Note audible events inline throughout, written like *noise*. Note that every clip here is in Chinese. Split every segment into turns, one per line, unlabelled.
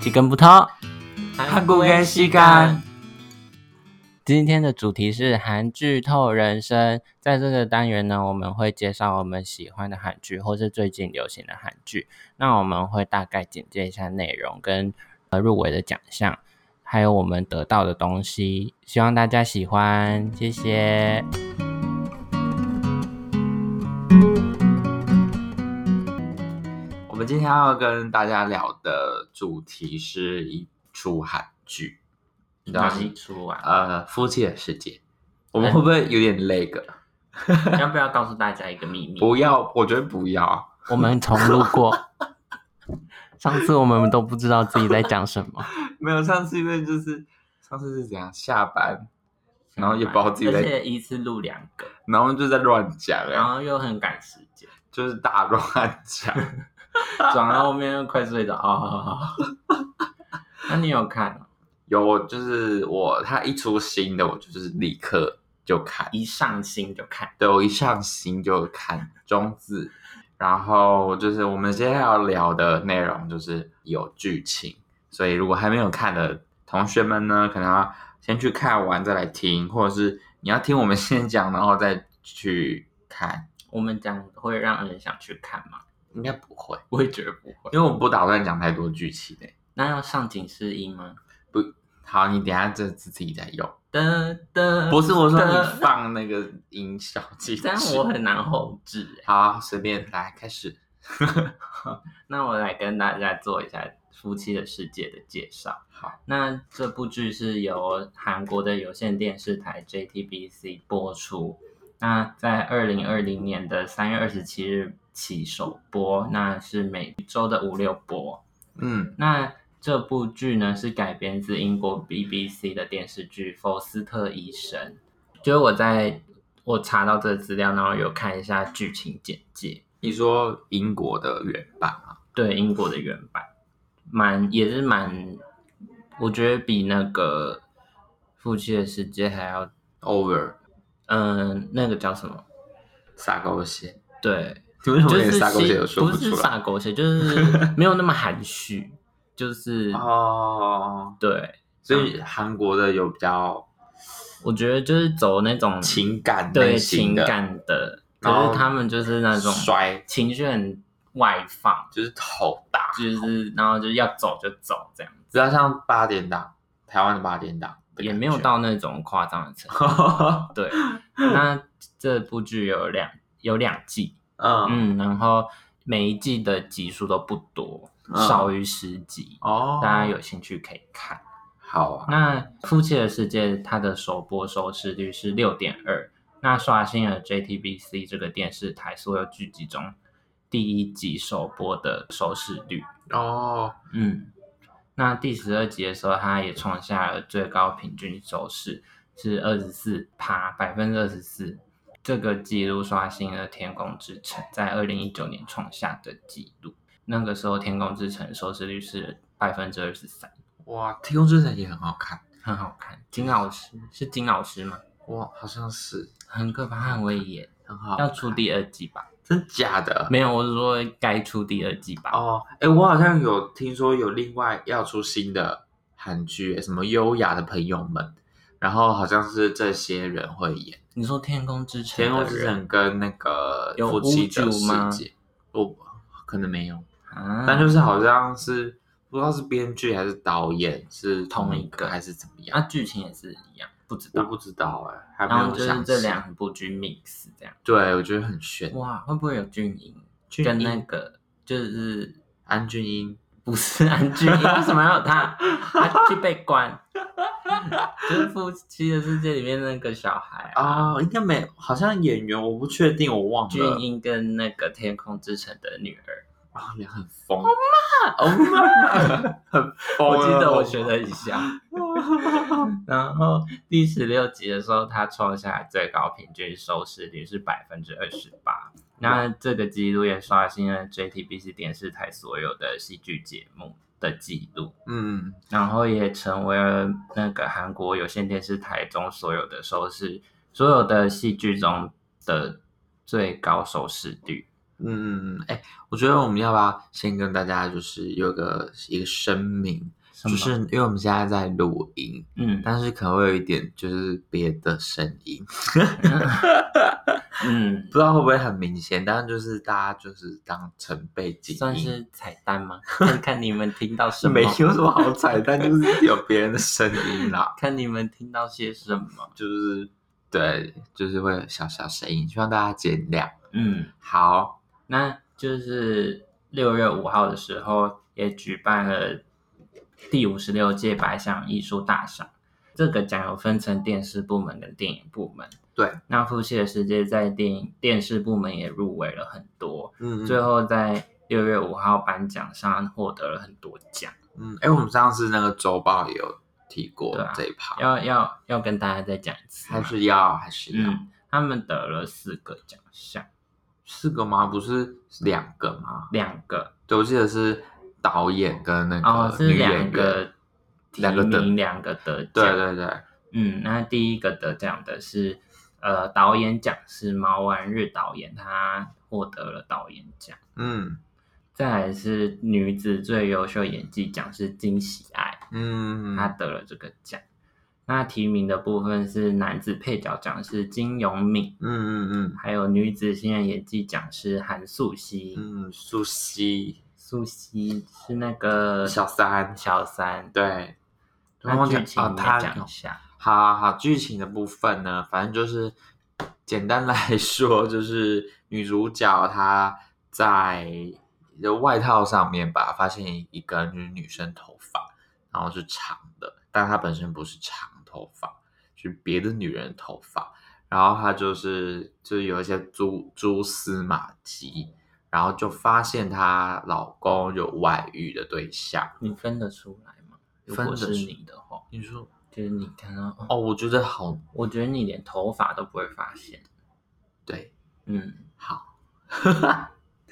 几根不透。
韩国跟西干，
今天的主题是韩剧透人生，在这个单元呢，我们会介绍我们喜欢的韩剧，或是最近流行的韩剧。那我们会大概简介一下内容跟呃入围的奖项，还有我们得到的东西。希望大家喜欢，谢谢。
我们今天要跟大家聊的主题是一出韩剧，你知道吗？
出啊？
呃，夫妻的世界，我们会不会有点累个？
要不要告诉大家一个秘密？
不要，我觉得不要。
我们重录过，上次我们都不知道自己在讲什么。
没有，上次因为就是上次是怎样下班，然后也不知道自己
而
在，
且一次录两个，
然后就在乱讲、
然
欸，
后又很赶时间，
就是大乱讲。
转到后面又快睡着啊。那你有看哦
有，就是我他一出新的，我就是立刻就看。
一上新就看，
对，我一上新就看中字，然后就是我们今天要聊的内容就是有剧情，所以如果还没有看的同学们呢，可能要先去看完再来听，或者是你要听我们先讲，然后再去看，
我们讲会让人想去看吗？
应该不会，
我也觉得不会。
因为我不打算讲太多剧情诶、欸
那要上警示音吗？
好，你等一下这自己再用，
噔噔，
不是我说你
噔，
放那个音效进去，
这样我很难后置欸。
好，随便来开始。
那我来跟大家做一下《夫妻的世界》的介绍。
好，
那这部剧是由韩国的有线电视台 JTBC 播出。那在二零二零年的三月二十七日起首播，那是每周的五六播。
嗯，
那这部剧呢是改编自英国 BBC 的电视剧《福斯特医生》，就是我在我查到这个资料，然后有看一下剧情简介，
你说英国的原版啊？
对英国的原版，蛮也是蛮，我觉得比那个《夫妻的世界》还要，
over
嗯、那个叫什么？
撒狗血， *laughs*
对，
你为什么
就
连
是
撒狗血
新
都说
不
出
是
来？
撒狗血，就是
*laughs*
没有那么含蓄，就是
哦，
对，
*laughs* 所以韩国的有比较
我觉得就是走那种
情感类
对
型
情
的，
感的，
然后
可是他们就是那种
摔
情绪很外放，
就是头大，
就是然后就要走就走这样，
比较像八点档，台湾的八点档的感觉
也
嗯
没有。
*laughs*
到那种夸张的程度。对，那这部剧有两有两季，
嗯，
嗯，然后每一季的集数都不多，
嗯
少于十集，
哦，
大家有兴趣可以看。
好啊，
那《夫妻的世界》它的首播收视率是六点二，那刷新了 JTBC 这个电视台所有剧集中第一集首播的收视率。
哦，
嗯，那第十二集的时候，它也创下了最高平均收视是二十四趴，百分之二十四，这个记录刷新了《天空之城》在二零一九年创下的记录。那个时候，《天空之城》收视率是百分之二十三，
哇，《天空之城》也很好看，
很好看。金老师是金老师吗？
哇，好像是
很可怕，很威严，
很好，
*laughs* 要出第二季吧？
真假的？
没有，我是说该出第二季吧。
哦，哎、我好像有听说有另外要出新的韩剧，什么《优雅的朋友们》，然后好像是这些人会演
你说《天空之
《
城》
天
的人？
空之城》跟那个
有
夫妻的
屋主吗
世界，我可能没有，
啊，
但就是好像是不知道是编剧还是导演是
同
一
一个
还是怎么样，
啊，剧情也是一样，不知
我
道。
不知道哎、还没
然后
有
就是
详
这
细。
两部剧 mix 这样，
对，我觉得很炫。
哇，会不会有俊英
俊
跟
英
那个就是
安俊英，
不是安俊英？为什么要有他？他去被关，就是《夫妻的世界》里面那个小孩啊，
啊、应该没，好像演员我不确定，我忘了。
俊英跟那个《天空之城》的女儿，
啊，也很疯，欧妈，欧妈，很疯。
我记得哦我学了一下。然后第十六集的时候，它创下最高平均收视率是百分之二十八。那这个记录也刷新了 JTBC 电视台所有的戏剧节目的记录，
嗯，
然后也成为了那个韩国有线电视台中所有的收视，所有的戏剧中的最高收视率。
嗯嗯，哎、我觉得我们要不要先跟大家就是有个一个声明，
什
就
么？
是因为我们现在在录音，
嗯
但是可能会有一点就是别的声音，
嗯，
不知道会不会很明显，但是就是大家就是当成背景音，
算是彩蛋吗？看 *laughs* 看你们听到什么
没？有什么好彩蛋，就是有别人的声音啦，
看你们听到些什么？
就是对，就是会有小小声音，希望大家见谅。
嗯。
好，
那就是六月五号的时候，也举办了第五十六届百想艺术大赏。这个奖有分成电视部门跟电影部门。
对，
那《夫妻的世界》在电影电视部门也入围了很多，
嗯
最后在六月五号颁奖上获得了很多奖。
嗯，哎、我们上次那个周报也有提过
对啊
这一趴，
要要要跟大家再讲一次吗，
还是要还是要、
嗯，他们得了四个奖项，
四个吗？不是两个吗？
两个
对，我记得是导演跟那
哦
个
是
呃女
两
演员。
个提
两个得
名，两个得奖，
对对对，
嗯，那第一个得奖的是呃导演奖是毛丸日导演，他获得了导演奖。
嗯
再来是女子最优秀演技奖是金喜爱，
嗯，
她得了这个奖。那提名的部分是男子配角奖是金永敏，
嗯嗯
还有女子新人演技奖是韩素汐。
嗯嗯，苏西
素汐是那个
小三
小三。
对，
那
然后
剧
讲
情
哦，
你
他
来讲一下。
好好好，剧情的部分呢，反正就是简单来 *laughs* 说，就是女主角她在的外套上面吧，发现一根就是女生头发，然后是长的，但她本身不是长头发，是别的女人的头发。然后她就是就是有一些蛛蛛丝马迹，然后就发现她老公有外遇的对象。
你分得出来吗？如
分
果
得
是
出
你的话，
你说
就是你看到哦
哦，我觉得好
我觉得你连头发都不会发现。
对，
嗯，
好。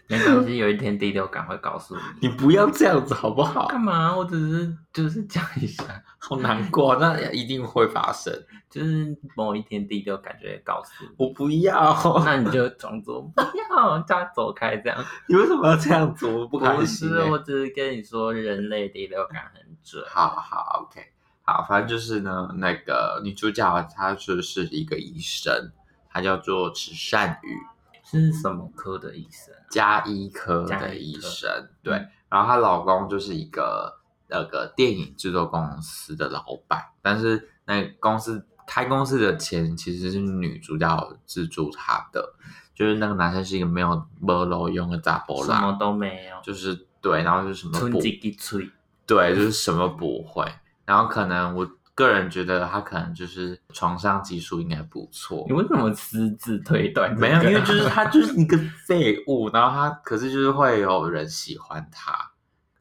没关系，有一天第六感会告诉
你
你。
不要这样子好不好？
干嘛？我只是就是讲一下，
好难过，那一定会发生。
就是某一天第六感觉会告诉你，
我不要， *laughs*
那你就装作不要，叫他走开这样。
你为什么要这样子？我不开
不
心、
是，
欸。
我只是跟你说，人类第六感很准。
好好，OK，好，反正就是呢，那个女主角她就是一个医生，她叫做池善宇，
是什么科的医生？
加医科
加
的
医
医
科嗯
生，对。然后她老公就是一个那个电影制作公司的老板，但是那个公司开公司的钱其实是女主角资助他的，就是那个男生是一个没有没路用的杂波
什么
啦，
都没有，
就是对，然后就是什么
纯
不
几滴吹。
对，就是什么不会，然后可能我个人觉得他可能就是床上技术应该不错，
你为什么私自推断这个、。
没有，因为就是他就是一个废物，然后他可是就是会有人喜欢他，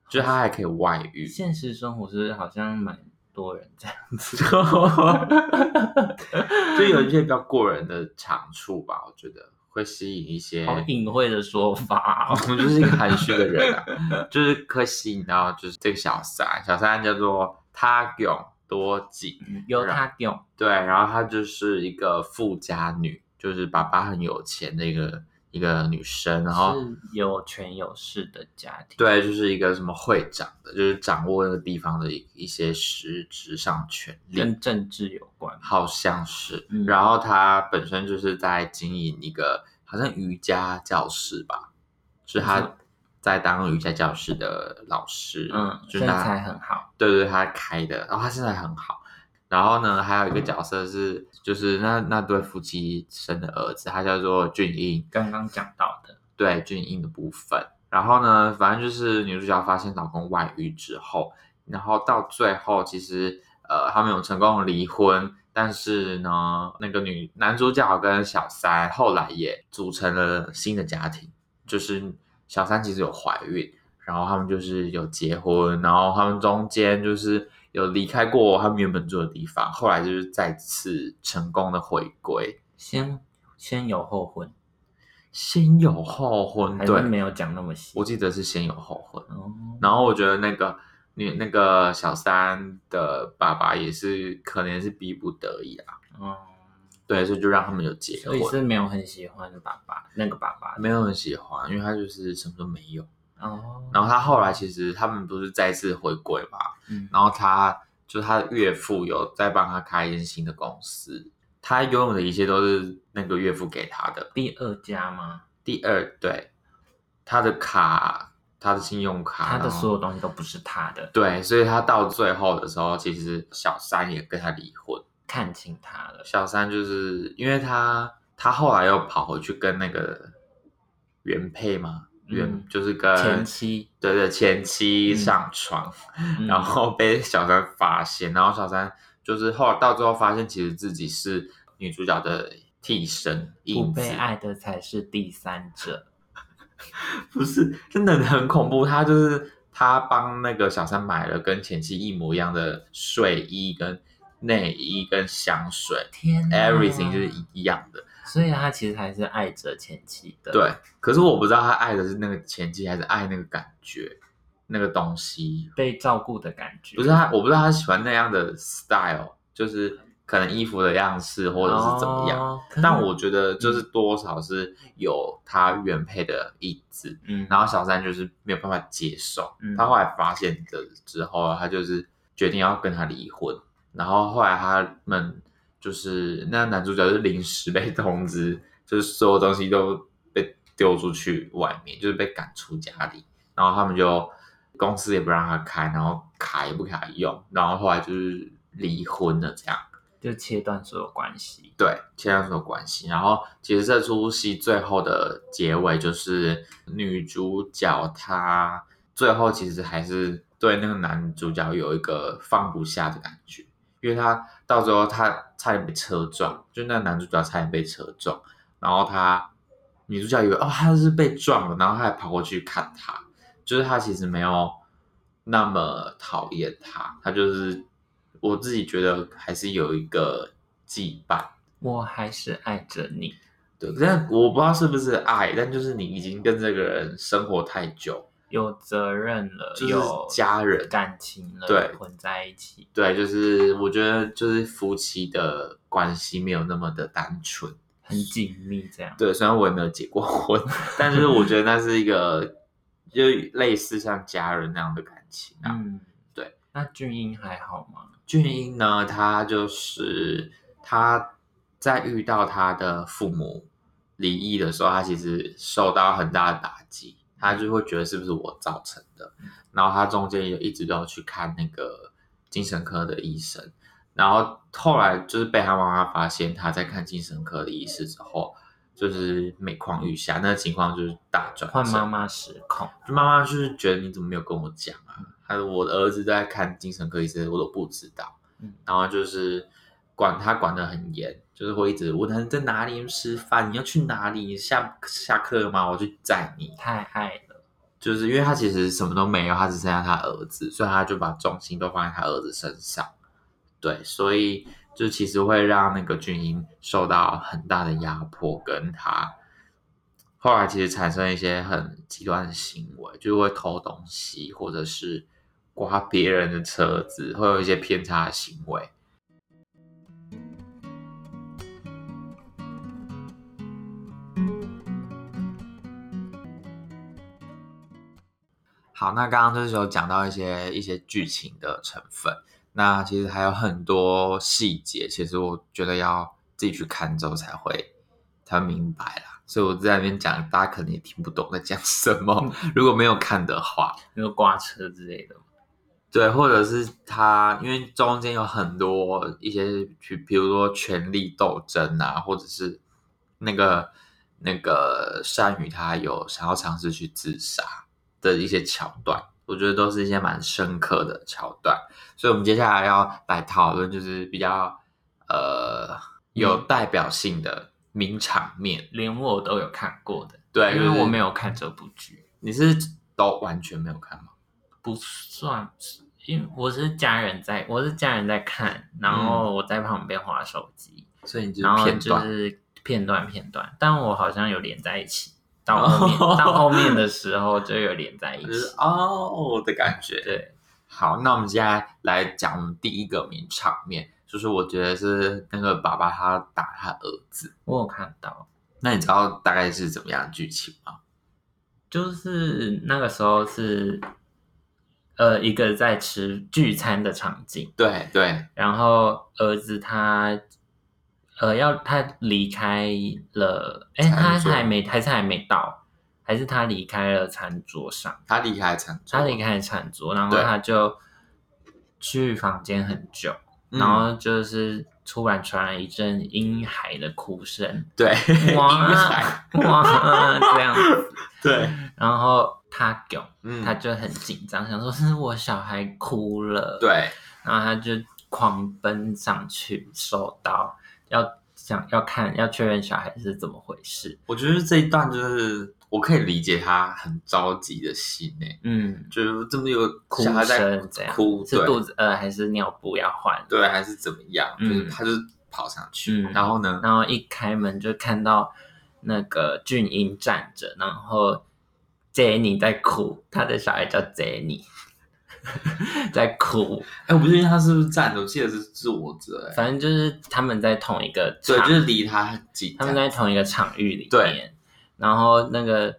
就是他还可以外遇
现实生活是好像蛮多人这样
*laughs*
子。 *laughs*
就有一些比较过人的长处吧，我觉得会吸引一些，
好隐晦的说法、
*laughs*
哦。
我们 *laughs* 就是一个含蓄的人啊，就是会吸引到就是这个小三，小三叫做他勇多吉，
有他用，
对，然后她就是一个富家女，就是爸爸很有钱的一个一个女生，然后
是有权有势的家庭。，
对，就是一个什么会长的，就是掌握那个地方的一一些实质上权利，
跟政治有关。
好像是。
嗯
然后她本身就是在经营一个好像瑜伽教室吧，就
嗯
是她在当瑜伽教室的老师，
嗯，
就是
身
她
材很好，
对对，他开的，然、后他身材很好。然后呢，还有一个角色是，就是那那对夫妻生的儿子，他叫做俊英，
刚刚讲到的，
对俊英的部分。然后呢，反正就是女主角发现老公外遇之后，然后到最后其实呃他们有成功离婚，但是呢，那个女男主角跟小三后来也组成了新的家庭，就是小三其实有怀孕，然后他们就是有结婚，然后他们中间就是有离开过他们原本住的地方，后来就是再次成功的回归。
先先有后婚，
先有后婚，
还
对
是，没有讲那么细。
我记得是先有后婚。
哦，
然后我觉得那个那那个小三的爸爸也是可能是逼不得已啊，
哦，
对，所以就让他们有结
所以
婚。
是没有很喜欢爸爸那个爸爸的。
没有很喜欢，因为他就是什么都没有，
哦，
然后他后来其实他们不是再次回归嘛，
嗯
然后他就是他的岳父有在帮他开一间新的公司，他拥有的一切都是那个岳父给他的。
第二家吗？
第二，对他的卡，他的信用卡，
他的
然后
所有东西都不是他的，
对，所以他到最后的时候，其实小三也跟他离婚。
看清他了。
小三就是因为他，他后来又跑回去跟那个原配嘛，原、
嗯
就是跟
前妻，
对对前妻
嗯
上床，
嗯
呃然后被小三发现，然后小三就是后来到最后发现，其实自己是女主角的替身
不
影子
被，爱的才是第三者。
不是真的很恐怖。他就是他帮那个小三买了跟前妻一模一样的睡衣、跟内衣、跟香水
天哪
，everything 就是一样的。
所以他其实还是爱着前妻的。
对，，可是我不知道他爱的是那个前妻，还是爱那个感觉、那个东西。
被照顾的感觉。
不是他，我不知道他喜欢那样的 style，就是可能衣服的样式或者是怎么样。
哦可是
但我觉得就是多少是有他原配的意志，
嗯，
然后小三就是没有办法接受。
嗯
他后来发现的之后啊，他就是决定要跟他离婚。然后后来他们就是那男主角就是临时被通知，就是所有东西都被丢出去外面，就是被赶出家里。然后他们就公司也不让他开，然后卡也不给他用，然后后来就是离婚了这样。
就切断所有关系。
对，切断所有关系。然后其实这出戏最后的结尾就是女主角她最后其实还是对那个男主角有一个放不下的感觉，因为她到最后她差点被车撞，就那个男主角差点被车撞，然后她女主角以为哦他是被撞了，然后她还跑过去看他，就是她其实没有那么讨厌他，她就是我自己觉得还是有一个羁绊。
我还是爱着你，
对，但我不知道是不是爱，但就是你已经跟这个人生活太久，
有责任了，
就是
有
家人
感情了，
对
混在一起。
对，就是我觉得就是夫妻的关系没有那么的单纯。
很紧密这样。
对，虽然我也没有结过婚，但是我觉得那是一个就类似像家人那样的感情
*laughs*
啊。
嗯，
对。
那俊英还好吗？
俊英呢，他就是他在遇到他的父母离异的时候，他其实受到很大的打击，他就会觉得是不是我造成的。
嗯
然后他中间也一直都有去看那个精神科的医生，然后后来就是被他妈妈发现他在看精神科的医师之后，就是每况愈下，那个情况就是大转
换
折
妈妈失控，
妈妈就是觉得你怎么没有跟我讲啊？他说我的儿子在看精神科医生，我都不知道。
嗯
然后就是管他管得很严，就是会一直问他你在哪里吃饭，你要去哪里下下课了吗？我去载你。
太爱了。
就是因为他其实什么都没有，他只剩下他儿子，所以他就把重心都放在他儿子身上。对，所以就其实会让那个俊英受到很大的压迫，跟他后来其实产生一些很极端的行为，就会偷东西或者是刮别人的车子，会有一些偏差的行为。好，那刚刚就是有讲到一些一些剧情的成分，那其实还有很多细节，其实我觉得要自己去看之后才会才会明白啦。所以我在那边讲，大家可能也听不懂在讲什么。如果没有看的话，
那个刮车之类的，
对，或者是他，因为中间有很多一些，去比如说权力斗争啊，或者是那个那个善宇他有想要尝试去自杀的一些桥段，我觉得都是一些蛮深刻的桥段。所以我们接下来要来讨论，就是比较呃有
嗯
代表性的名场面。
连我都有看过的。
对，
因为我没
有，
有看这部剧，
你是都完全没有看吗？
不算是，因为我是家人在，我是家人在看，然后我在旁边划手机，
所以你嗯就是
然后
片
就
段。
是片段片段，但我好像有连在一起。到后面，
哦
到后面的时候就有连在一起
就。 *laughs* 是哦的感觉，
对，
好，那我们接下来来讲我们第一个名场面，就是我觉得是那个爸爸他打他儿子。
我有看到，
那你知道大概是怎么样的剧情吗？
就是那个时候是，呃，一个在吃聚餐的场景，
对对，
然后儿子他，呃，要他离开了，哎，他
餐桌
还没，还是还没到，还是他离开了餐桌上，
他离开餐桌，
他离开了餐桌，然后
对
他就去房间很久，
嗯，
然后就是突然传来一阵婴孩的哭
*laughs*
声，
对，
哇 *laughs*
一排
哇，这样子，
对，
然后他囧。
嗯，
他就很紧张，想说是我小孩哭了，，
对
然后他就狂奔上去收刀，要想要看要确认小孩是怎么回事，
我觉得这一段就是我可以理解他很着急的心诶、
嗯，
就是这么有
哭
小孩在
声这样，
哭，
是
对
肚子饿还是尿布要换，
对还是怎么样，
嗯
就是他就跑上去，
嗯
然后呢，
然后一开门就看到那个俊英站着，然后杰尼在哭，他的小孩叫杰尼， *laughs* 在哭，
哎、我不确定他是不是站着，我记得是坐着、欸，
反正就是他们在同一个
对，
场
就是离他很近，
他们在同一个场域里
对
面，然后那个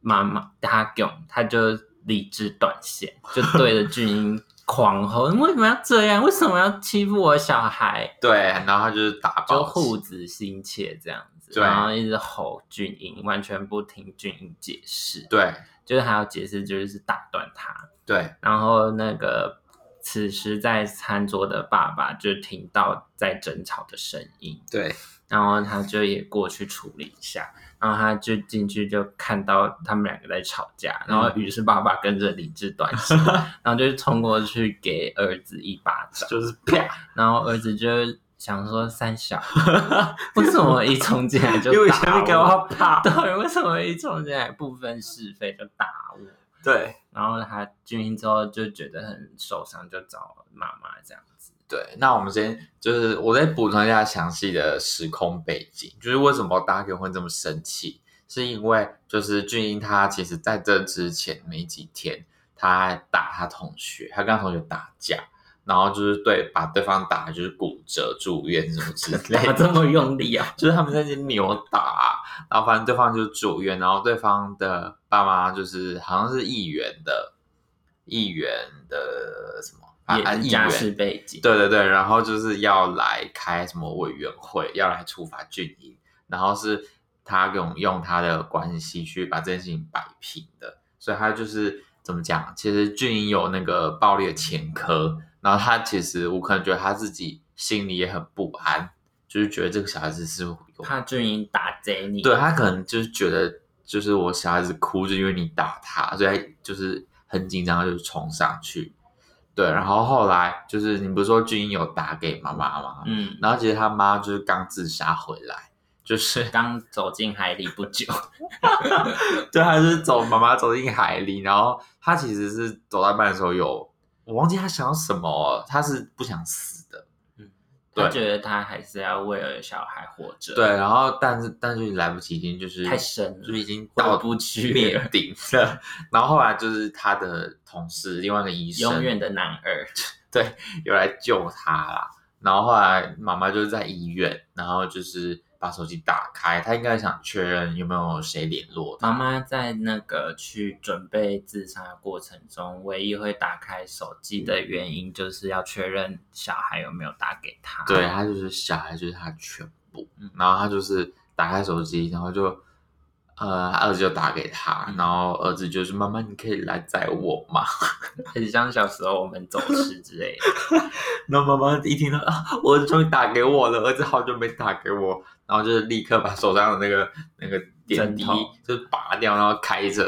妈妈她囧，她就理智断线，就对着俊英狂吼：“你为什么要这样？为什么要欺负我小
*laughs*
孩
对，然后他就是打？”
就
爆
护子心切这样子，
对
然后一直吼俊英，完全不听俊英解释，
对
就是还要解释，就是打断他。
对
然后那个此时在餐桌的爸爸就听到在争吵的声音，
对，
然后他就也过去处理一下，然后他就进去就看到他们两个在吵架，然后
嗯
于是爸爸跟着理智短线，
*laughs*
然后就冲过去给儿子一巴掌，
就是啪，
然后儿子就想说三小，为什么一冲进来就
*laughs* 因为前
打
面给我
我？
啪，
对，为什么一冲进来不分是非就打我？
对
然后他军营之后就觉得很受伤，就找妈妈这样子。
对。那我们先就是我再补充一下详细的时空背景，就是为什么大哥会这么生气，是因为就是俊英他其实在这之前没几天，他打他同学，他跟他同学打架。然后就是对，把对方打就是骨折、住院什么之类
打
的，
这么用力啊？
就是他们在那边扭打，然后反正对方就住院，然后对方的爸妈就是好像是议员的议员的什么啊
也
啊
是
议
家世
员，
背景。
对对对，然后就是要来开什么委员会，要来处罚俊英，然后是他用用他的关系去把这件事情摆平的，所以他就是怎么讲，其实俊英有那个暴力的前科，然后他其实我可能觉得他自己心里也很不安。就是觉得这个小孩子是有
怕俊英打贼你。
对他可能就是觉得，就是我小孩子哭，就因为你打他，所以他就是很紧张，就冲上去。对，然后后来就是你不是说军英有打给妈妈吗？
嗯，
然后其实他妈就是刚自杀回来，就是 *laughs*
刚走进海里不久，
对，他就是走妈妈走进海里，然后他其实是走到一半的时候有，我忘记他想要什么了，他是不想死的， *laughs* 对
嗯他觉得他还是要为了小孩活着。
对，，然后但是但是来不及，已经就是
太深了
就是已经到
回不去
灭
了
顶了。然后后来就是他的同事，另外一个医生，
永远的男二。
有来救他啦。然后后来妈妈就是在医院，然后就是把手机打开，她应该想确认有没有谁联络
妈
她。
妈在那个去准备自杀的过程中，唯一会打开手机的原因，就是要确认小孩有没有打给他。
对，她就是小孩，就是她全部
嗯。
然后她就是打开手机，然后就呃，她儿子就打给她，
嗯
然后儿子就是妈妈，你可以来载我吗？
很像小时候我们走失之类的。
然后妈妈一听到啊，我儿子终于打给我了，儿子好久没打给我，然后就是立刻把手上的那个那个点滴
针头
就是拔掉，然后开车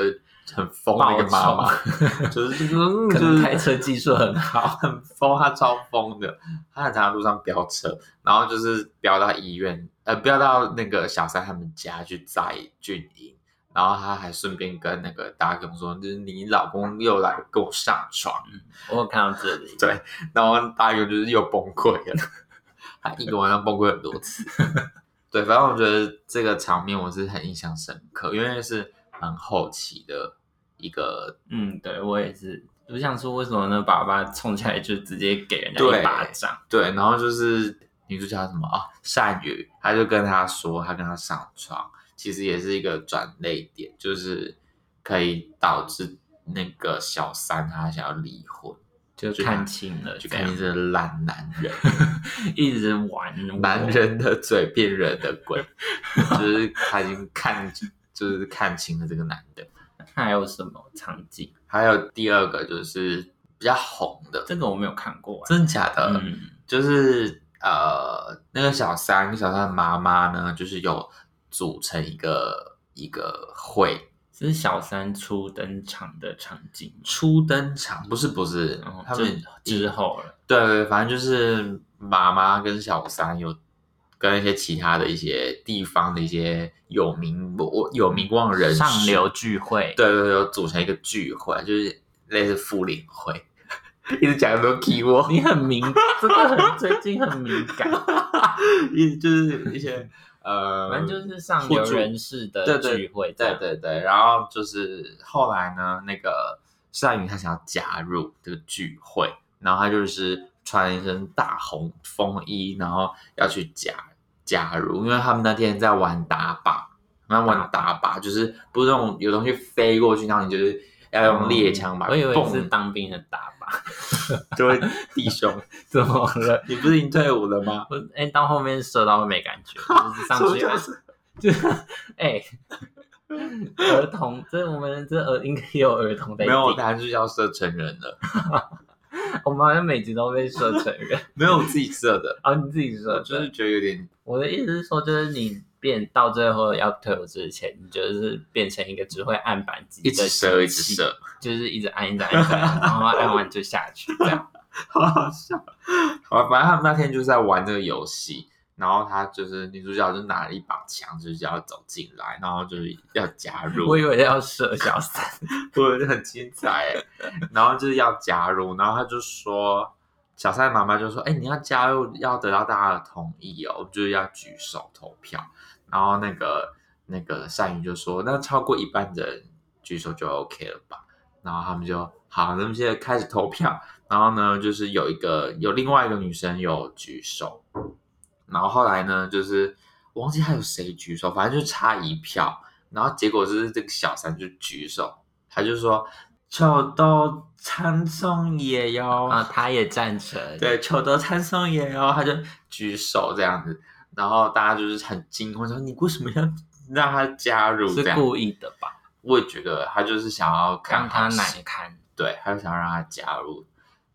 很疯那个妈妈
暴， *laughs*
就是嗯
可
*laughs* 就
能
是
开车技
*laughs*
术很好，
很疯，她超疯的，她很常在路上飙车，然后就是飙到医院，呃，飙到那个小三他们家去载俊英。然后她还顺便跟那个大公说，就是你老公又来跟我上床，
我有看到这里。
对然后大佑就是又崩溃了， *laughs* 他一个晚上崩溃很多 *laughs* 次。对，反正我觉得这个场面我是很印象深刻，因为是很后期的一个
嗯，对我也是。我想说，为什么那爸爸冲起来就直接给人家
对
一巴掌？
对，然后就是女主角什么啊，善宇，她就跟他说，她跟他上床，其实也是一个转泪点，就是可以导致那个小三他想要离婚，
就
就
看
看
清了，
就
这
看
样
你这懒男人，
一直玩我
男人的嘴变人的 *laughs* 鬼，就是他已经看就是看清了这个男的。
还有什么场景？
还有第二个就是比较红的，
这个我没有看过、欸。
真的假的？
嗯，
就是呃，那个小三，小三的妈妈呢，就是有组成一个一个会
这是小三初登场的场景吗，
初登场，不是不是，
然后
他
哦就
们
之后了，
对对，反正就是妈妈跟小三有跟一些其他的一些地方的一些有名我有名望人士
上流，聚会，
对对对，有组成一个聚会，就是类似妇联会， *laughs* 一直讲很多 key word，
你很敏，这个很最近很敏感，
嗯 *laughs* 一直就是一些呃，
*laughs* 反正就是上
互
流
助
人士
对
的
对
聚会，这
对
样，
对对，然后就是后来呢，那个善宇他想要加入这个聚会，然后他就是穿一身大红风衣，然后要去加加入，因为他们那天在玩打靶，那玩打靶就是不是那种有东西飞过去，然后你就是要用猎枪把，
哦我以为
嘣
是当兵的打靶， *laughs*
就会 *laughs* 弟兄，
怎么了？
你不是已经退伍了吗？
我哎、到后面射到会没感觉，就是上
*laughs*
去按
是
就是哎、 *laughs* 儿童，这我们这儿应该也有儿童在
没
听，
有，他就是要射成人了，
我们好像每集都被射成人，
没有哦自己射的，
啊，你自己射
我
的，
就是觉得有点
我的意思是说，就是你变到最后要退伍之前，你就是变成一个只会按扳机
一
的
直射一直
*laughs* 机器
射。
就是一直按一直按一直按，然
*laughs*
后按完就下去这样。
好好笑。好，反正他们那天就是在玩这个游戏，然后他就是女主角就拿了一把枪，就是要走进来，然后就是要加入，
我以为要射小
*laughs*
三，
我就很精彩欸，然后就是要加入，然后他就说，小三妈妈就说，哎、你要加入要得到大家的同意哦，就是要举手投票，然后那个那个善宇就说，那超过一半的人举手就 OK 了吧，然后他们就好，那么现在开始投票，然后呢，就是有一个有另外一个女生有举手，然后后来呢，就是我忘记还有谁举手，反正就差一票，然后结果就是这个小三就举手，他就说秋都参送也哟，
啊，他也赞成，
哦对，秋都参送也哟，他就举手这样子，然后大家就是很惊慌，说你为什么要 *laughs* 让他加入这
是
样？
故意的吧？
我也觉得他就是想要看
让他
好戏
难堪，
对，他就想让他加入，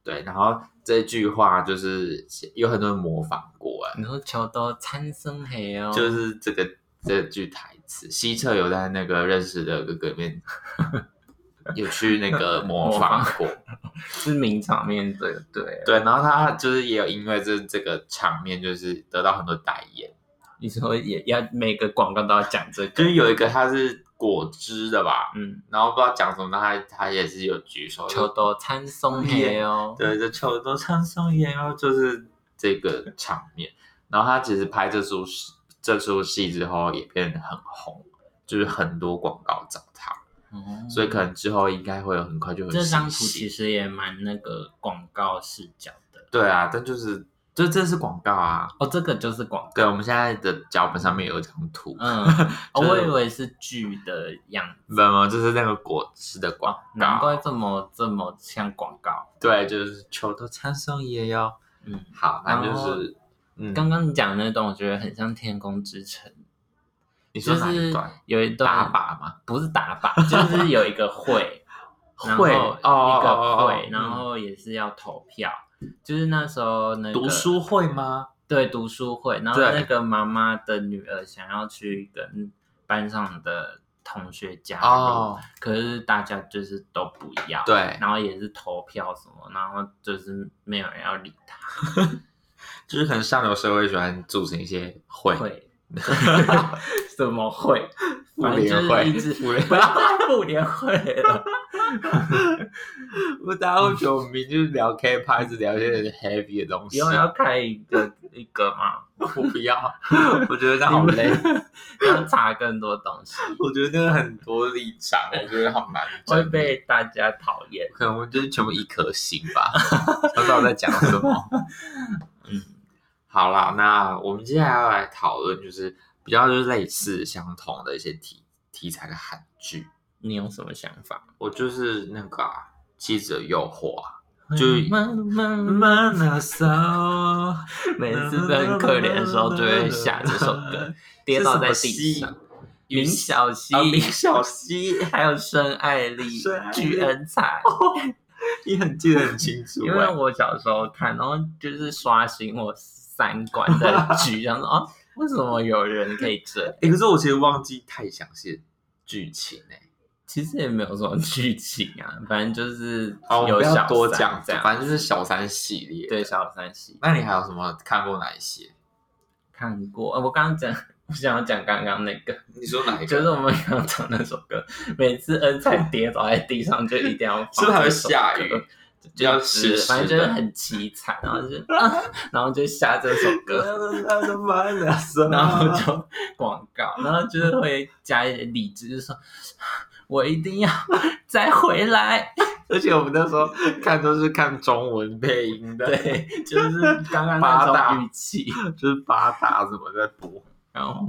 对，然后这句话就是有很多人模仿过哎、
你说球都参生黑哦，
就是这个这句台词，西澈有在那个认识的哥哥里面 *laughs* 有去
*laughs*
那个模
模
仿
仿
过，
是名场面对不对？啊
对，然后他就是也有因为这这个场面就是得到很多代言，
你说也要每个广告都要讲这
就
个，
是有一个他是果汁的吧，
嗯，
然后不知道讲什么，他他也是有举手，
球都参松黑哦，
对，这球都唱松烟哦，就是这个场面。然后他其实拍这出戏，这出戏之后也变得很红，就是很多广告找他，
哦
所以可能之后应该会有很快就会
这张图
新戏
其实也蛮那个广告视角的
对啊，但就是这这是广告啊。
哦，这个就是广，
对，我们现在的脚本上面有一张图， *laughs*
嗯，哦
就是
我以为是剧的样子，
没有没有，就是那个果汁的广
哦难
告。
怪这么这么像广告。
对，就是球都唱松烟哟。
嗯，
好，那就
然后
是嗯，
刚刚你讲的那段，我觉得很像《天空之城》，
你说
就
哪一
是
段？
有一段
打靶吗？
不是打靶，就是有一个会，然后
*laughs* 会
一
哦哦哦
个
哦
会，
嗯
然后也是要投票，就是那时候那个
读书会吗？
对读书会，然后
对
那个妈妈的女儿想要去跟班上的同学加入，
哦，
可是大家就是都不要，，
对，
然后也是投票什么，然后就是没有人要理他，
就是可能上流社会喜欢组成一些会， *laughs*
会什么会，
妇
反正
联
就是
会
一直 *laughs*
妇联
不要再妇联会
*laughs*
了，
我 *laughs* 大家会觉得我们明明就是聊 K-pop，是聊一些很 heavy 的东
以后要开一个一个嘛，
*laughs* 我不
*laughs*
要，我觉得这样 *laughs* 好累， *laughs*
要查更多东西，
我觉得真的很多立场，我觉得好难整
会
理。
被大家讨厌。
可能我们就是全部一颗心吧， *laughs* 不知道在讲什么。
嗯，
好啦，那我们接下来要来讨论就是比较就是类似相同的一些题题材的韩剧。
你有什么想法？
我就是那个啊妻子的诱惑啊，就
就是慢慢慢，
慢啊手，嗯
*laughs* 每次在很可怜的时候就会下这首 *laughs* 歌，跌倒在地上。林哦小溪，
啊，林小溪，
还有申爱丽
申爱、丽
具恩彩，
你很记得很清 *laughs* 楚欸，
因为我小时候看，然后就是刷新我三观的剧，想说 *laughs* 啊，为什么有人可以这样？
欸可是我其实忘记太详细的剧情哎、
其实也没有什么剧情啊，反正就是
哦，我
有
不
小
要
三
多讲，
这样，
反正就是小三系列。
对，小三系
那你还有什么看过哪一些？
看过。呃我刚刚讲，我想要讲刚刚那个，
你说哪一个？
就是我们刚刚讲那首歌，每次恩彩跌倒在地上就一定要放
哦 *laughs* 是不是还会
这首
下
歌
雨？
就
要
是
湿湿
反正就是
的
很凄惨，然后就是
*laughs*
啊，然后就下这首歌，然
然
后
后
就广告，然后就是会加一些理智，就是说我一定
*laughs*
要再回来。 *laughs*
而且我们那时候看都是看中文配音的，，
对，就是刚刚那
八大
种语气。
就是八大什么在播。
然后，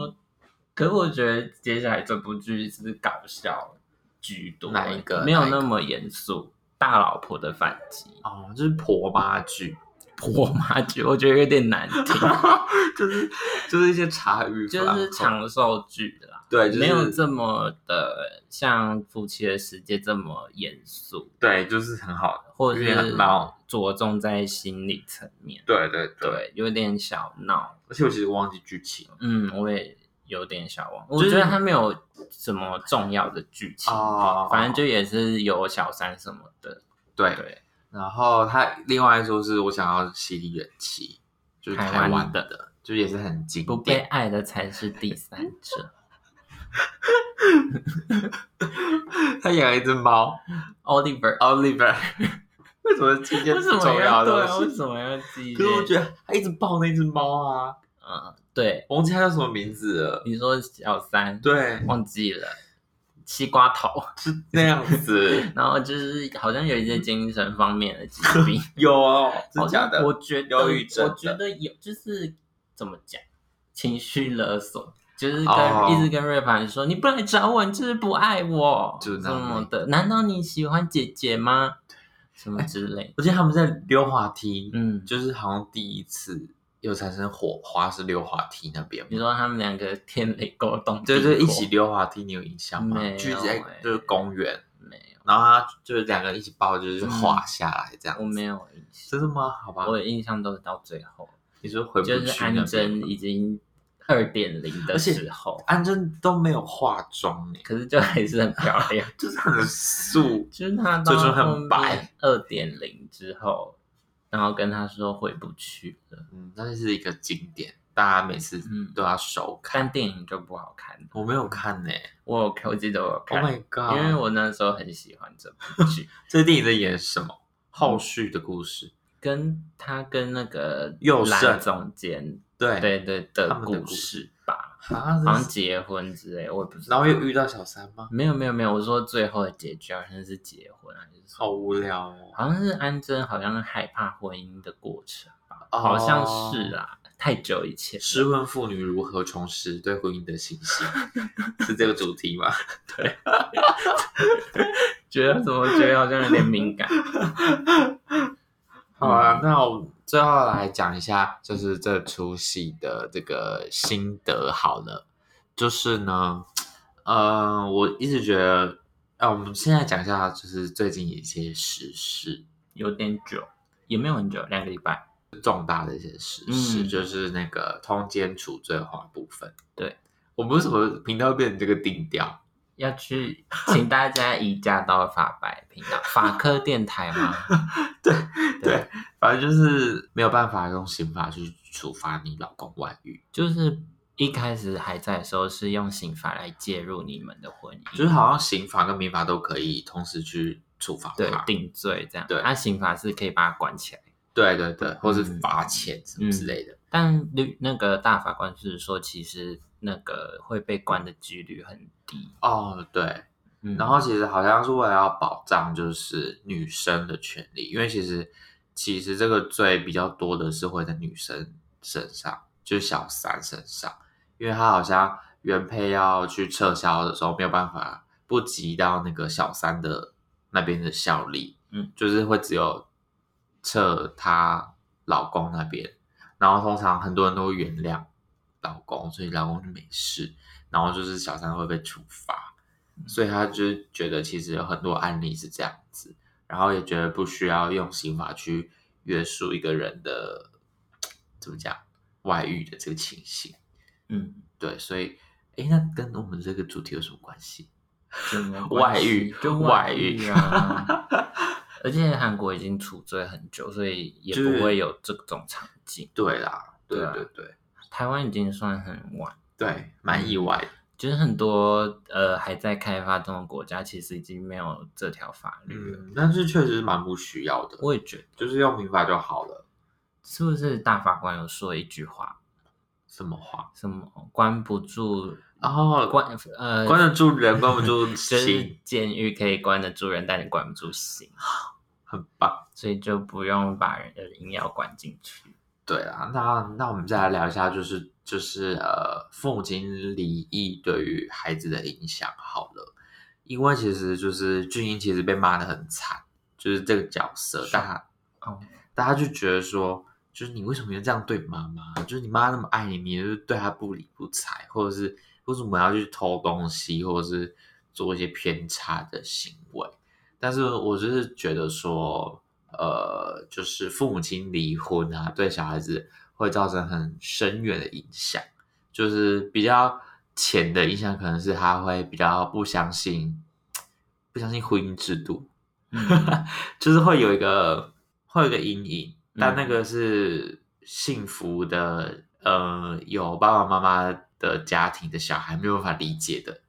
可是我觉得接下来这部剧是搞笑居多，
哪一个
没有
哪一
那
个
么严肃。大老婆的反击，
哦，就是婆妈剧，
婆妈剧，我觉得有点难
*laughs*
听，
就是就是一些茶余饭
就
后，
是长寿剧啦。
对，就是
没有这么的像《夫妻的世界》这么严肃，
对，就是很好。
或者
有点
是
闹
着重在心理层面，
对对对，
对，有点小闹。
而且我其实忘记剧情了
嗯，我也有点小忘，我
就是
觉得它没有什么重要的剧情，
哦
反正就也是有小三什么的。
对
对，
然后他另外一出是我想要吸引人气，就是
台
台
湾
湾
的
的，就也是很经
不被
典。
爱的才是第三者。
*laughs* 他养了一只猫
Oliver，
哦，Oliver，为 *laughs* 什么今天
为什么
重要
要对
的
啊？
东
为
西？
什么要记？
可是我觉得他一直抱那只猫啊，
嗯，对，
我忘记他叫什么名字了。
你说小三，
对，
忘记了西瓜头。。
是那样子 *laughs*
然后就是好像有一些精神方面的疾病，
有哦，嗯 *laughs* 真
好
假
像
的？
我觉得
忧郁症
我觉
的
得有，就是怎么讲，情绪勒索，就是跟、
哦
一直跟瑞凡说，你不来找我，你就是不爱我，
就那
什
样哎
么的。难道你喜欢姐姐吗？什么之类的。
我记得他们在溜滑梯，
嗯，
就是好像第一次有产生火花是溜滑梯那边吗。
你说他们两个天雷勾动地
对
火，
对，一起溜滑梯，你有印象吗
没？有
聚集在
欸
就是公园，
没有，
然后他就是两个人一起抱，就是滑下来这样子。
我没有印象，
真的吗？好吧，
我的印象都是到最后，
你说回不去
就是
那
安
边
贞
吗
已经二点零的
而且
时候。
安贞都没有化妆欸
可是就还是很漂亮，。
*laughs* 就是很素
就是他
最终很白
二点零之后，然后跟他说回不去了，
嗯，那是一个经典，大家每次
嗯
都要收看。
但电影就不好看了。
我没有看呢、
我有看，我记得我有
o
看
h，Oh my god！
因为我那时候很喜欢这部剧，
这电影在演什么？后
嗯
续的故事，
跟他跟那个
佑胜
蓝总监
对
对对
他
的
们的
故
故
事吧，
啊，
好
这
像
是
结婚之类，我也不知道。
然后又遇到小三吗？
没有没有没有，我说最后的结局好像是结婚还是什么
好无聊哦。
好像是安贞好像害怕婚姻的过程吧，
哦
好像是啊，太久以前了
失婚妇女如何重拾对婚姻的信
*laughs*
心，是这个主题吗？
觉得怎么觉得好像有点敏感？ *laughs*
好
嗯
啊，那我最后来讲一下，就是这出戏的这个心得好了。就是呢，呃，我一直觉得，啊，我们现在讲一下，就是最近一些时事，
有点久，也没有很久，两个礼拜。
重大的一些时事，
嗯
就是那个通奸处罪化部分。
对，
我们为什么频道变成这个定调？
要去，请大家移驾到法白频道、法科电台吗？
*laughs* 对，反正就是没有办法用刑法去处罚你老公外遇，
嗯就是一开始还在的时候是用刑法来介入你们的婚姻，
就是好像刑法跟民法都可以同时去处罚
对
他。
定罪这样。
对
他刑法是可以把他关起来，
对对对，或是
嗯
罚钱什么之类的。
但律那个大法官是说，其实那个会被关的几率很低。
哦，对，
嗯
然后其实好像是为了要保障就是女生的权利，因为其实其实这个罪比较多的是会在女生身上，就是小三身上，因为她好像原配要去撤销的时候没有办法不及到那个小三的那边的效力，
嗯，
就是会只有测她老公那边，然后通常很多人都原谅老公，所以老公就没事，然后就是小三会被处罚，所以他就是觉得其实有很多案例是这样子，然后也觉得不需要用刑法去约束一个人的怎么讲外遇的这个情形。
嗯，
对，所以，诶，那跟我们这个主题有什么关系？
什么关
外
系
遇，
就
外
遇
遇
啊。而且韩国已经处罪很久，所以也
就是
不会有这种场景。
对啦，对
对啊
对对
台湾已经算很晚，
对，嗯蛮意外的。
就是很多呃还在开发中的国家，其实已经没有这条法律了。
嗯，但是确实蛮不需要的，
我也觉得，
就是用民法就好了。
是不是大法官有说一句话，
什么话？
什么关不住
哦，关
关呃
关得住人，关不 *laughs* 住
就是
心，
监狱可以关得住人，但你关不住心，
很棒。
所以就不用把人的硬要关进去。
对啊，那那我们再来聊一下，就是就是呃，父母亲离异对于孩子的影响好了，因为其实就是俊英其实被骂的很惨，就是这个角色，
是
但他
哦，
大家就觉得说，就是你为什么要这样对妈妈？就是你妈那么爱你，你就是对她不理不睬，或者是为什么要去偷东西，或者是做一些偏差的行为？但是我就是觉得说，呃，就是父母亲离婚啊，对小孩子会造成很深远的影响，就是比较浅的影响，可能是他会比较不相信，不相信婚姻制度，
嗯
就是会有一个会有一个阴影，但
嗯
那个是幸福的，呃，有爸爸妈妈的家庭的小孩没有办法理解的。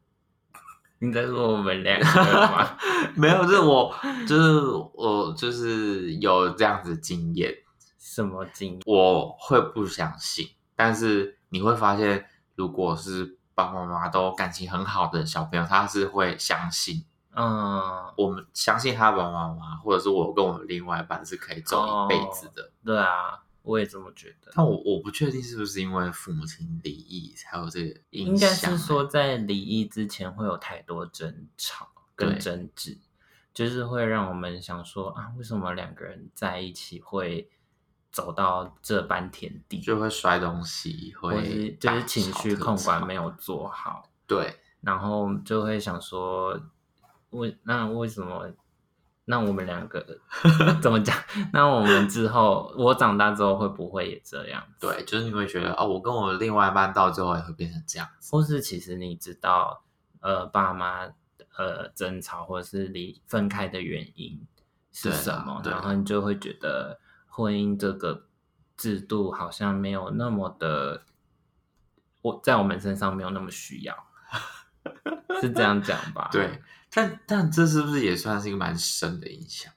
你在说我们两个吗？
没有，就是我，就是我，就是有这样子的经验，
什么经验？
我会不相信，但是你会发现，如果是爸爸妈妈都感情很好的小朋友，他是会相信，
*laughs* 嗯，
我们相信他的爸爸妈妈，或者是我跟我另外一半是可以走一辈子的。
对啊，我也这么觉得。
但我我不确定是不是因为父母亲离异才有这个影响，欸
应该是说，在离异之前会有太多争吵
对
跟争执，就是会让我们想说啊，为什么两个人在一起会走到这般田地？
就会摔东西，
或
会
是就是情绪控管没
有
有做好，
对，
然后就会想说，为那为什么？那我们两个
*laughs*
怎么讲？那我们之后，我长大之后会不会也这样？
对，就是你会觉得哦，我跟我另外一半到最后也会变成这样子，
或是其实你知道，呃，爸妈呃争吵或者是离分开的原因是
对
什
啦
么，
对啊
然
啦
后你就会觉得婚姻这个制度好像没有那么的，我在我们身上没有那么需
*laughs*
要，是这样讲吧？
对，。嗯但但这是不是也算是一个蛮深的影响？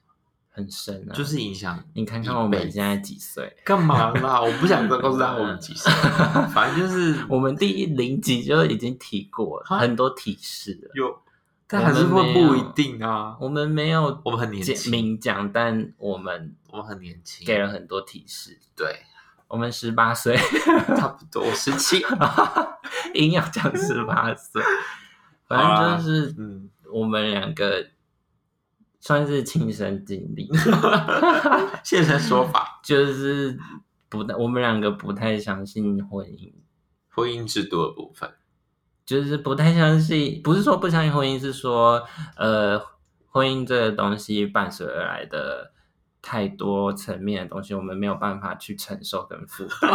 很深啊，
就是影响
你看
一
看我
辈
们
子
现在几岁？
嗯干嘛啦？我不想再告诉他我们几岁， *laughs* 反正就是
我们第一零集就已经提过了
哈
很多提示了，
有，但还是会不一定啊。
我们没有
我们很年
简
轻
明讲，但我们
我们很年轻，
给了很多提示。
对，
我们十八岁，
*laughs* 差不多十七。
*laughs* 硬要讲十八
*laughs*
岁，
好啦
反正就是
嗯，
我们两个算是亲身经历，
*laughs*
*laughs*
现身说法，
就是不太我们两个不太相信婚姻，
婚姻制度的部分。 *laughs*
就是不太相信，不是说不相信婚姻，是说呃，婚姻这个东西伴随而来的太多层面的东西，我们没有办法去承受跟负担。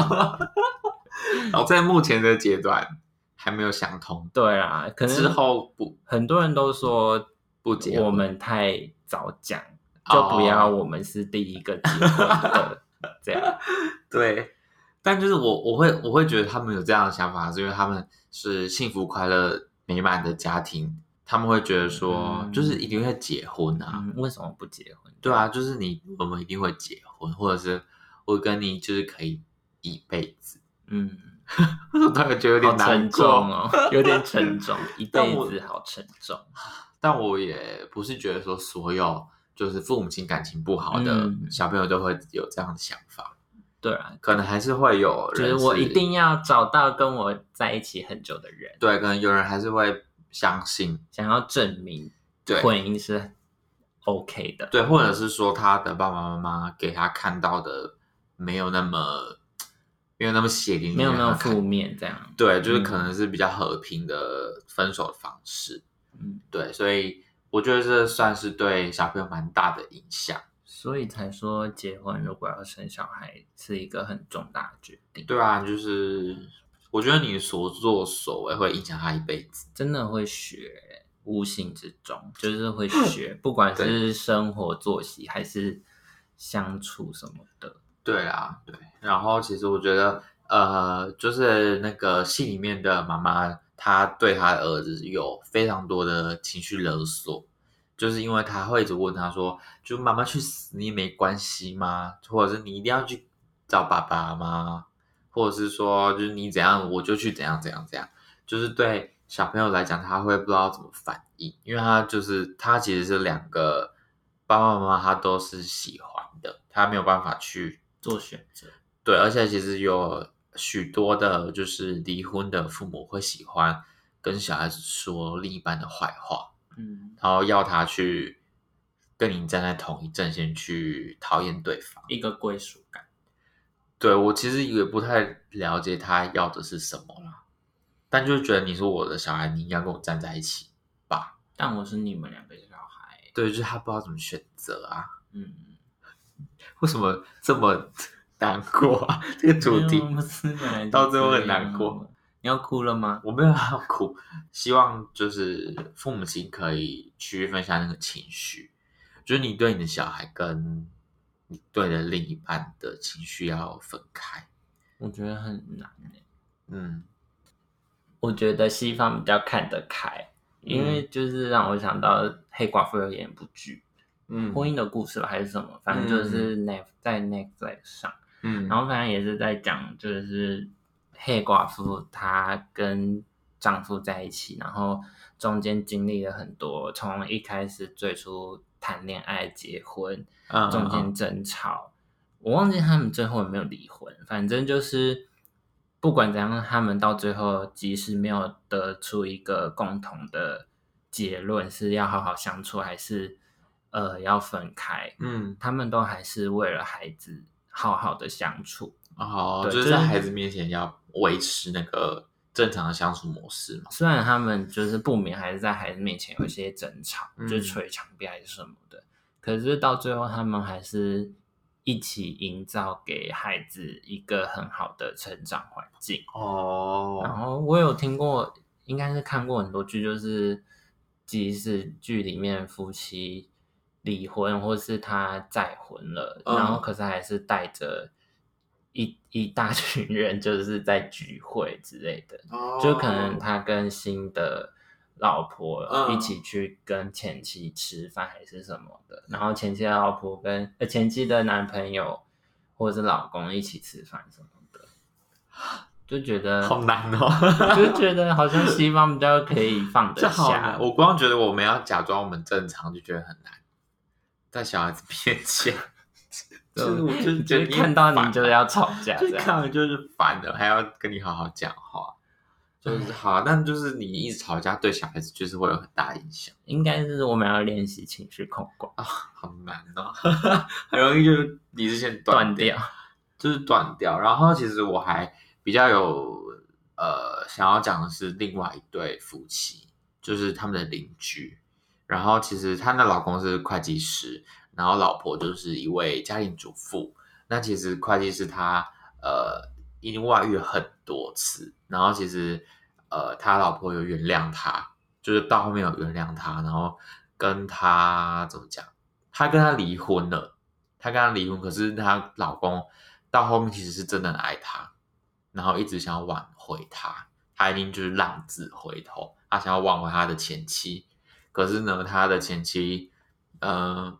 然后在目前的阶段还没有想通，
对啊，可能
之后不
很多人都说
不结婚哦
我们太早讲，就不要我们是第一个结婚的这样。
对，但就是我我会我会觉得他们有这样的想法，是因为他们是幸福快乐美满的家庭，他们会觉得说，
嗯
就是一定会结婚啊，
嗯，为什么不结婚？
对啊，就是你我们一定会结婚，或者是我跟你就是可以一辈子， *laughs*
嗯，
我怎么突然觉得有
好
点难
沉重
过？
哦，有点沉重，一
*laughs* 但
辈
我
子好沉重。
但我也不是觉得说所有就是父母亲感情不好的
嗯
小朋友都会有这样的想法，
对啊，
可能还是会有
就
人
是我一
是
定要找到跟我在一起很久的人。
对，可能有人还是会相信，
想要证明
对
婚姻是 OK 的。
对，或者是说他的爸爸妈妈给他看到的没有那么没有那么血淋淋，
没有那
让
么
他看
负面这样。
对，就是
嗯
可能是比较和平的分手方式。
嗯，
对，所以我觉得这算是对小朋友蛮大的影响。
所以才说结婚如果要生小孩是一个很重大的决定，
对啊，就是我觉得你所作所为会影响他一辈子。
真的会学，无形之中就是会
嗯
学，不管是生活作息还是相处什么的，
对啊，对。然后其实我觉得，呃，就是那个戏里面的妈妈，她对她的儿子有非常多的情绪勒索，就是因为她会一直问他说，就妈妈去死你也没关系吗？或者是你一定要去找爸爸吗？或者是说，就是你怎样我就去怎样怎样怎样，就是对小朋友来讲，他会不知道怎么反应，因为他就是他其实是两个爸爸妈妈，他都是喜欢的，他没有办法去
做选择。
对，而且其实有许多的，就是离婚的父母会喜欢跟小孩子说另一半的坏话，
嗯，
然后要他去跟你站在同一阵线去讨厌对方。
一个归属感。
对我其实也不太了解他要的是什么啦，但就觉得你是我的小孩，你应该跟我站在一起吧。
但我是你们两个小孩，
对，就是他不知道怎么选择啊，
嗯，
为什么这么 *laughs* 难过啊？这个主题
没有不是本来就
到最后很
这样啊
难过。
你要哭了吗？
我没有要哭，希望就是父母亲可以区分一下那个情绪，就是你对你的小孩跟你对的另一半的情绪要分开。
我觉得很难欸
嗯，
我觉得西方比较看得开，因为就是让我想到《黑寡妇》有演部剧，
嗯
婚姻的故事吧还是什么，反正就是那、在 Netflix 上，
嗯，
然后反正也是在讲就是黑寡妇她跟丈夫在一起，然后中间经历了很多，从一开始最初谈恋爱、结婚，
后
中间争吵，我忘记他们最后有没有离婚，反正就是不管怎样，他们到最后即使没有得出一个共同的结论，是要好好相处还是呃要分开，
嗯，
他们都还是为了孩子好好的相处。
哦，
对
就
就是是
在孩子面前要维持那个正常的相处模式嘛。
虽然他们就是不免还是在孩子面前有一些争吵，
嗯
就是捶墙壁还是什么的，可是到最后他们还是一起营造给孩子一个很好的成长环境。然
哦，
后我有听过，应该是看过很多剧，就是即使剧里面夫妻离婚，或是他再婚了，
嗯
然后可是还是带着一一大群人，就是在聚会之类的。
哦
就可能他跟新的老婆
嗯
一起去跟前妻吃饭还是什么的，然后前妻的老婆跟呃前妻的男朋友或者是老公一起吃饭什么的，就觉得
好，难 *laughs* 哦，
*laughs* 就觉得好像西方比较可以放
这
得
好难。
下。
我光觉得我们要假装我们正常就觉得很难，在小孩子面前， *laughs* 就是我就是
就
觉得
是
你
看到
很
你
烦啊
就要吵架
就
这
是
样，
看了就是烦的，还要跟你好好讲话，就是好啊，但就是你一直吵架，对小孩子就是会有很大影响
应该是我们要练习情绪控管，
啊、好难哦， *laughs* 很容易就是理智线
断
断掉，
掉。
就是断掉。然后其实我还比较有呃想要讲的是另外一对夫妻，就是他们的邻居。然后其实她的老公是会计师，然后老婆就是一位家庭主妇。那其实会计师他呃因为外遇很多次，然后其实呃他老婆有原谅他，就是到后面有原谅他，然后跟他怎么讲，他跟他离婚了。她跟她离婚，可是她老公到后面其实是真的很爱她，然后一直想要挽回她，她一定就是浪子回头，她想要挽回她的前妻，可是呢，她的前妻，呃，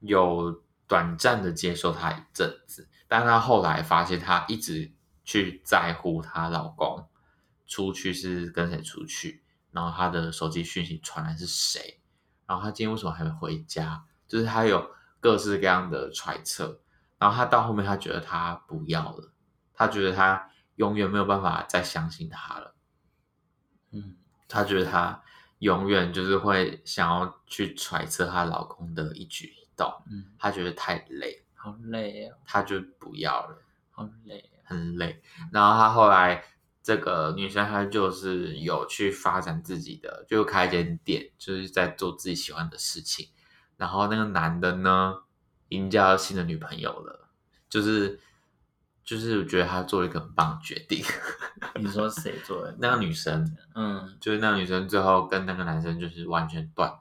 有短暂的接受她一阵子，但她后来发现她一直去在乎她老公出去是跟谁出去，然后她的手机讯息传来是谁，然后她今天为什么还没回家？就是她有各式各样的揣测，然后她到后面她觉得她不要了，她觉得她永远没有办法再相信他了。
嗯，
她觉得她永远就是会想要去揣测她老公的一举一动，
嗯，
她觉得太累，
好累哦，
她就不要了，
好累哦，
很累。然后她后来这个女生她就是有去发展自己的，就开一间店，就是在做自己喜欢的事情。然后那个男的呢，已经交到新的女朋友了，就是就是我觉得他做了一个很棒的决定。？
哦你说谁做的
那个女生
嗯，
就是那个女生最后跟那个男生就是完全断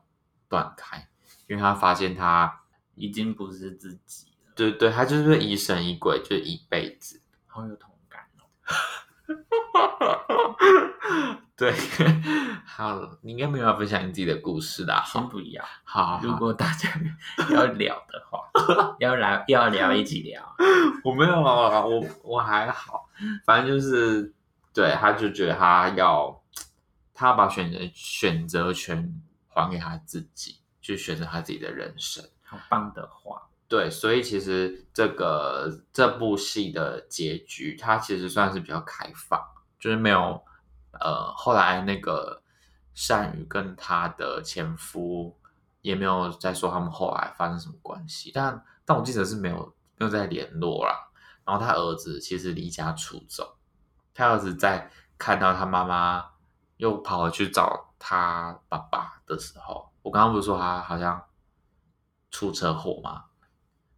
断开，因为她发现她
已经不是自己了，
对对，她就是疑神疑鬼，就是一辈子。
好有同感哦。
*laughs* 对，好了，你应该没有要分享你自己的故事啦。
先
好，
不要，
好，
如
好
果大家要聊的话，
*laughs*
要来要聊一起聊。
我没有啊，我我还好，反正就是对，她就觉得她要，她要把选择选择权还给她自己，去选择她自己的人生。
好棒的话，
对，所以其实这个这部戏的结局，它其实算是比较开放，就是没有呃，后来那个善宇跟她的前夫也没有再说他们后来发生什么关系，但但我记得是没有没有再联络啦。然后他儿子其实离家出走，他儿子在看到他妈妈又跑回去找他爸爸的时候，我刚刚不是说他好像出车祸吗？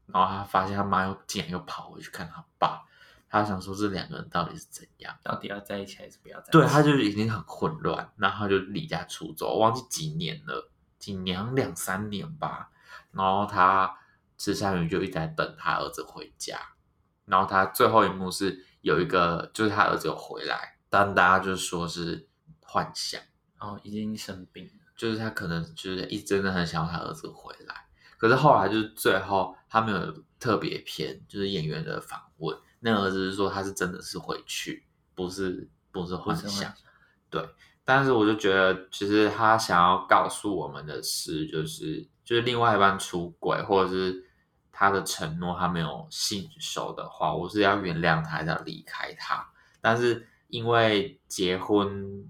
然后他发现他妈又竟然又跑回去看他爸，他想说这两个人到底是怎样？
到底要在一起还是不要在一起？
对，他就已经很混乱，然后他就离家出走，我忘记几年了，几年两三年吧。然后他池善宇就一直在等他儿子回家，然后他最后一幕是有一个，就是他儿子有回来，但大家就说是幻想，
哦，已经生病了，
就是他可能就是一真的很想要他儿子回来，可是后来就是最后他们有特别篇，就是演员的访问，那个儿子是说他是真的是回去，不是不是
不
幻
是幻
想
想。。
但是我就觉得，其实他想要告诉我们的是，就是就是另外一半出轨，或者是他的承诺他没有信守的话，我是要原谅他，要离开他。但是因为结婚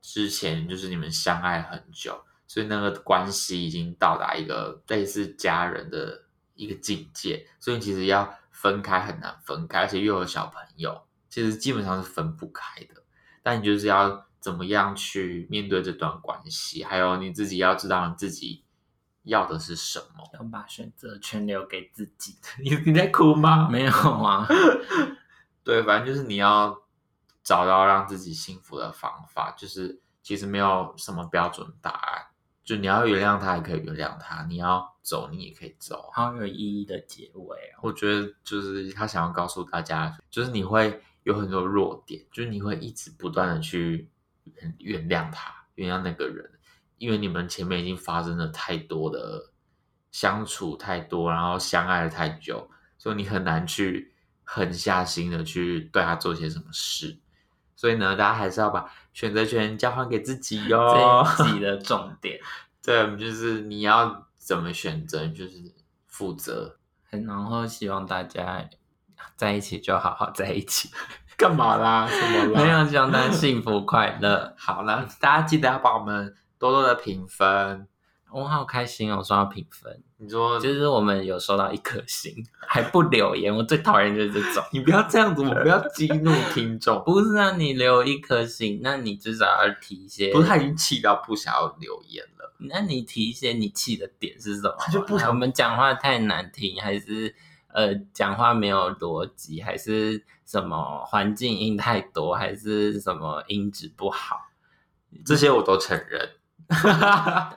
之前就是你们相爱很久，所以那个关系已经到达一个类似家人的一个境界，所以其实要分开很难分开，而且又有小朋友，其实基本上是分不开的。但你就是要怎么样去面对这段关系，还有你自己要知道你自己要的是什么。
要把选择权留给自己。
*laughs* 你你在哭吗？
没有啊，
对，反正就是你要找到让自己幸福的方法，就是其实没有什么标准答案，就你要原谅他也可以原谅他，你要走你也可以走。啊
好有意义的结尾哦。
我觉得就是他想要告诉大家，就是你会有很多弱点，就是你会一直不断的去原原谅他，原谅那个人，因为你们前面已经发生了太多的相处太多，然后相爱了太久，所以你很难去狠下心的去对他做些什么事。所以呢，大家还是要把选择权交还给自己哟、
这一集的重点，
对，就是你要怎么选择，就是负责。
然后希望大家在一起就好好在一起，
干嘛啦？什么
没有希望大家幸福快乐。
好了，大家记得要帮我们多多的评分。
我好开心哦，收到评分，
你说，
就是我们有收到一颗星，还不留言，我最讨厌就是这种。
你不要这样子，我们不要激
*laughs*
怒听众。
不是啊，你留一颗星，那你至少要提一些，
不是，他已经气到不想要留言了。
那你提一些你气的点是什么？哎
他就不想
我们讲话太难听，还是呃讲话没有逻辑，还是什么环境音太多，还是什么音质不好？嗯
这些我都承认，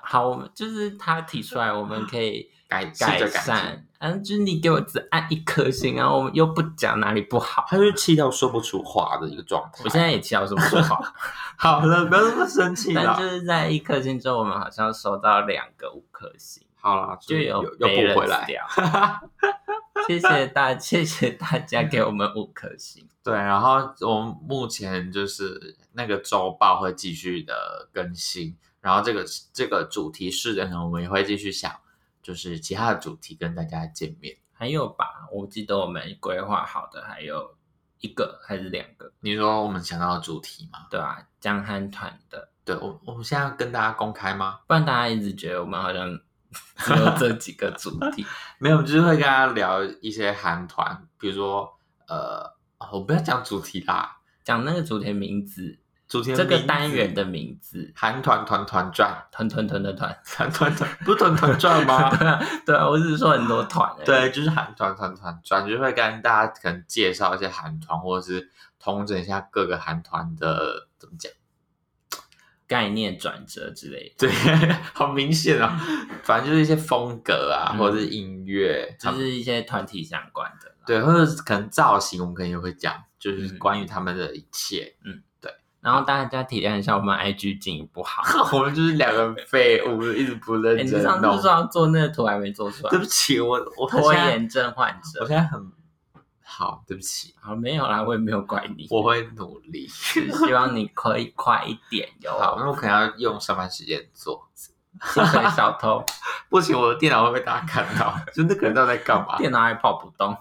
好，我们就是他提出来，我们可以
改
改
试着进。
善。嗯，就是你给我只按一颗星，然后我们又不讲哪里不好。
他就是气到说不出话的一个状态。
我现在也笑说不出话，
好了，不要那么生气
但
啦。
就是在一颗星之后，我们好像收到两个五颗星。
好啦，
就有
又又不
balance
回来。
掉。 *laughs* 谢谢大，谢谢大家给我们五颗星。
对，然后我们目前就是那个周报会继续的更新，然后这个这个主题是的呢，我们也会继续想，就是其他的主题跟大家见面。
还有吧，我记得我们规划好的还有一个还是两个，
你说我们想到的主题吗？
对吧、啊？江汉团的
对我，我们现在要跟大家公开吗？
不然大家一直觉得我们好像 *laughs* 只有这几个主题。
没有，就是会跟大家聊一些韩团，比如说呃，哦我不要讲主题啦，
讲那个主题名字，
主题的
这个
名字
单元的名字，
韩团团
*laughs*
团转，
团团团团团，
团团团不是团团转
*laughs*
吗？
对啊，对啊，我只是说很多团、欸，
对，就是韩团团团转，就是会跟大家可能介绍一些韩团，或者是统整一下各个韩团的怎么讲。
概念转折之类的，
对， *laughs* 好明显啊、反正就是一些风格啊，
嗯
或者是音乐，他
就
们
是一些团体相关的啦。
对，或者是可能造型，我们可能也会讲，就是
嗯
关于他们的一切。 *laughs*
然后大家体谅一下，我们 IG 经营不
*laughs*
好。
我们就是两个废物，一直不
欸
认
你
真
上
弄
次说。要做那个图还没做出
对
来，
不起，我我
拖
现在，
延症患者
我。现在很好，对不起，
好，没有啦，我也没有怪你，
我会努力。 *laughs*
只希望你可以快一点哟。
好，那我可能要用上班时间做。
薪水小偷，
不行，我的电脑会被大家看到， *laughs* 就那个人到底在干嘛？
电脑还跑不动，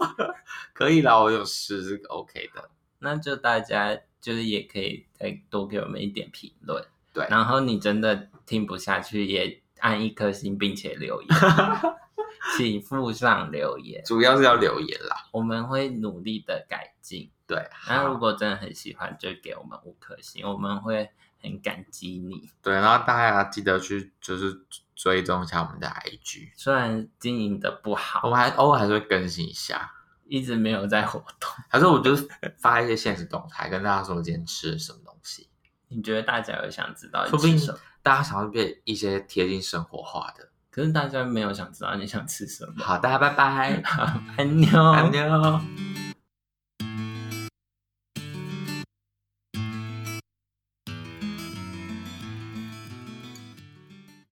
可以啦，我有试，这个 OK 的。
那就大家就是也可以再多给我们一点评论。
对
然后你真的听不下去，也按一颗星，并且留
*laughs*
言，请附上留言，
主要是要留言啦。
我们会努力的改进。
对，
那
好
如果真的很喜欢，就给我们五颗星，我们会很感激你。
对，然后大家记得去就是追踪一下我们的 IG，
虽然经营的不
我
好，
们还偶尔还是会更新一下。
一直没有在活动，
还是我就是发一些现实动态，跟大家说我今天吃了什么东西，
你觉得大家有想知道你
说不定
吃什么？
大家想要变一些贴近生活化的。
可是大家没有想知道你想吃什么。 *laughs*
好，大家拜拜，
安妞，
安妞。